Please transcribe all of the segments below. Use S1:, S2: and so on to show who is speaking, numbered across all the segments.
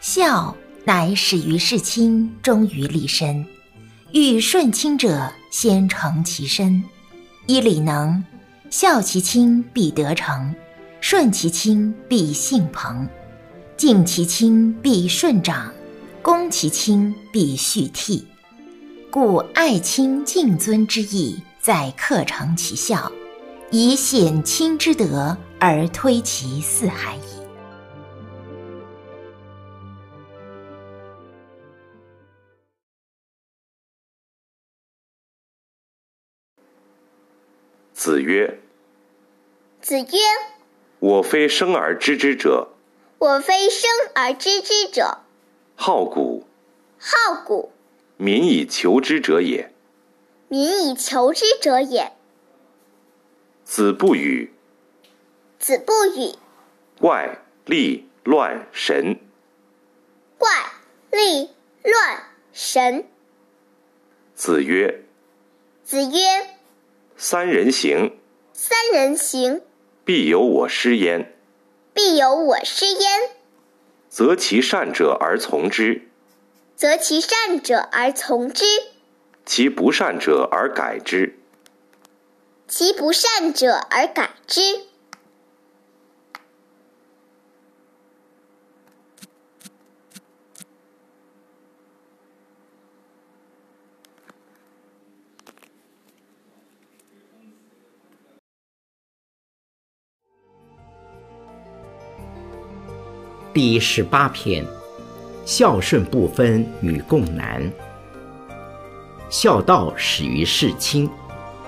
S1: 孝乃始于事亲，终于立身。欲顺亲者，先诚其身。依礼能，孝其亲必得成，顺其亲必幸朋，敬其亲必顺长，恭其亲必续悌。故爱亲敬尊之意，在克诚其孝，以显亲之德，而推其四海矣。
S2: 子曰
S3: 子曰：“
S2: 我非生而知之者，：“
S3: 我非生而知之者，
S2: 好古；
S3: 好古；
S2: 民以求之者也。
S3: 民以求之者也。
S2: 子不语，
S3: 子不语，
S2: 怪力乱神。
S3: 怪力乱神。”
S2: 子曰
S3: 子曰：“
S2: 三人行，：“
S3: 三人行，
S2: 必有我师焉。
S3: 必有我师焉。
S2: 择其善者而从之，
S3: 择其善者而从之，
S2: 其不善者而改之。
S3: 其不善者而改之。”
S4: 第十八篇：孝顺不分与共难。孝道始于事亲，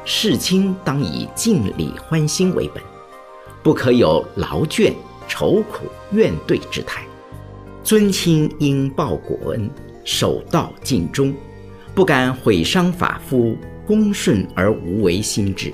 S4: 事亲当以敬礼欢心为本，不可有劳倦、愁苦、怨怼之态。尊亲应报国恩，守道尽忠，不敢毁伤法夫，恭顺而无违心志。